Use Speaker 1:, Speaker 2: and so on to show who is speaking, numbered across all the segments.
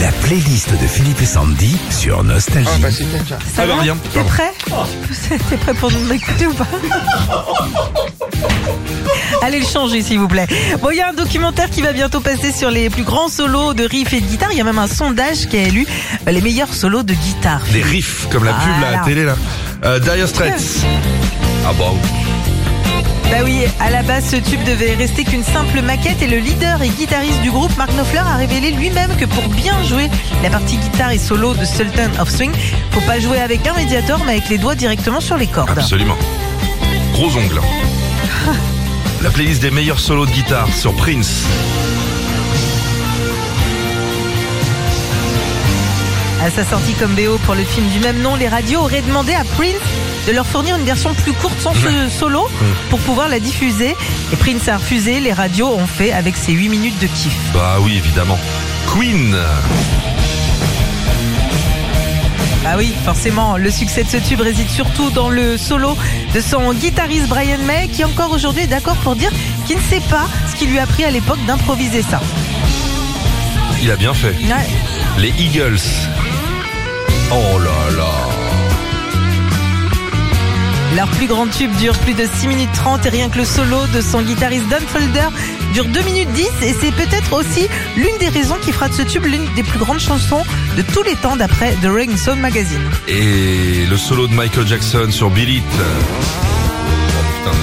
Speaker 1: La playlist de Philippe et Sandy sur Nostalgie.
Speaker 2: Ah bah c'est bien, tiens.
Speaker 3: Ça va bien.
Speaker 4: T'es prêt T'es prêt pour nous écouter ou pas Allez le changer s'il vous plaît. Bon, il y a un documentaire qui va bientôt passer sur les plus grands solos de riff et de guitare. Il y a même un sondage qui a élu euh, les meilleurs solos de guitare.
Speaker 3: Des riffs comme la pub là, à
Speaker 4: Voilà.
Speaker 3: la télé là. Euh, Dire Straits. Ah bah
Speaker 4: Bah oui, à la base ce tube devait rester qu'une simple maquette et le leader et guitariste du groupe Mark Knopfler a révélé lui-même que pour bien jouer la partie guitare et solo de Sultan of Swing, faut pas jouer avec un médiator mais avec les doigts directement sur les cordes.
Speaker 3: absolument. Gros ongles. La playlist des meilleurs solos de guitare sur Prince.
Speaker 4: À sa sortie comme BO pour le film du même nom, les radios auraient demandé à Prince de leur fournir une version plus courte sans ce solo pour pouvoir la diffuser. Et Prince a refusé, les radios ont fait avec ses 8 minutes de kiff.
Speaker 3: Bah oui, évidemment. Queen.
Speaker 4: Bah oui, forcément, le succès de ce tube réside surtout dans le solo de son guitariste Brian May qui encore aujourd'hui est d'accord pour dire qu'il ne sait pas ce qui lui a pris à l'époque d'improviser ça.
Speaker 3: Il a bien fait.
Speaker 4: Ouais.
Speaker 3: Les Eagles. Oh là là.
Speaker 4: Leur plus grand tube dure plus de 6 minutes 30 et rien que le solo de son guitariste Don Felder dure 2 minutes 10 et c'est peut-être aussi l'une des raisons qui fera de ce tube l'une des plus grandes chansons de tous les temps d'après The Rolling Stone Magazine.
Speaker 3: Et le solo de Michael Jackson sur Beat It. Oh putain.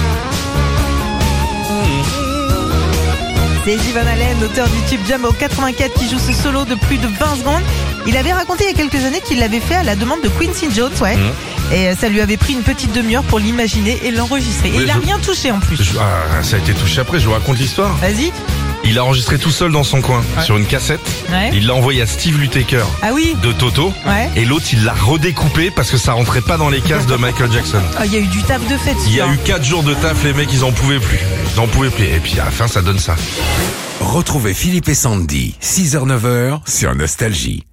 Speaker 4: C'est Eddie Van Halen, auteur du tube Jam au 84 qui joue ce solo de plus de 20 secondes. Il avait raconté il y a quelques années qu'il l'avait fait à la demande de Quincy Jones, ouais.
Speaker 3: Mmh.
Speaker 4: Et euh, ça lui avait pris une petite demi-heure pour l'imaginer et l'enregistrer. Et
Speaker 3: Mais
Speaker 4: il a
Speaker 3: je-
Speaker 4: rien touché en plus.
Speaker 3: Je- ah, ça a été touché après, je vous raconte l'histoire.
Speaker 4: Vas-y.
Speaker 3: Il a enregistré tout seul dans son coin, sur une cassette.
Speaker 4: Ouais.
Speaker 3: Il l'a envoyé à Steve Lutaker
Speaker 4: Ah oui
Speaker 3: de Toto.
Speaker 4: Ouais.
Speaker 3: Et l'autre, il l'a redécoupé parce que ça rentrait pas dans les cases de Michael Jackson.
Speaker 4: Ah, Il y a eu du taf de fête.
Speaker 3: Il y a eu 4 jours de taf, les mecs, ils en pouvaient plus. Ils en pouvaient plus. Et puis à la fin, ça donne ça.
Speaker 1: Retrouvez Philippe et Sandy, 6h-9h sur Nostalgie.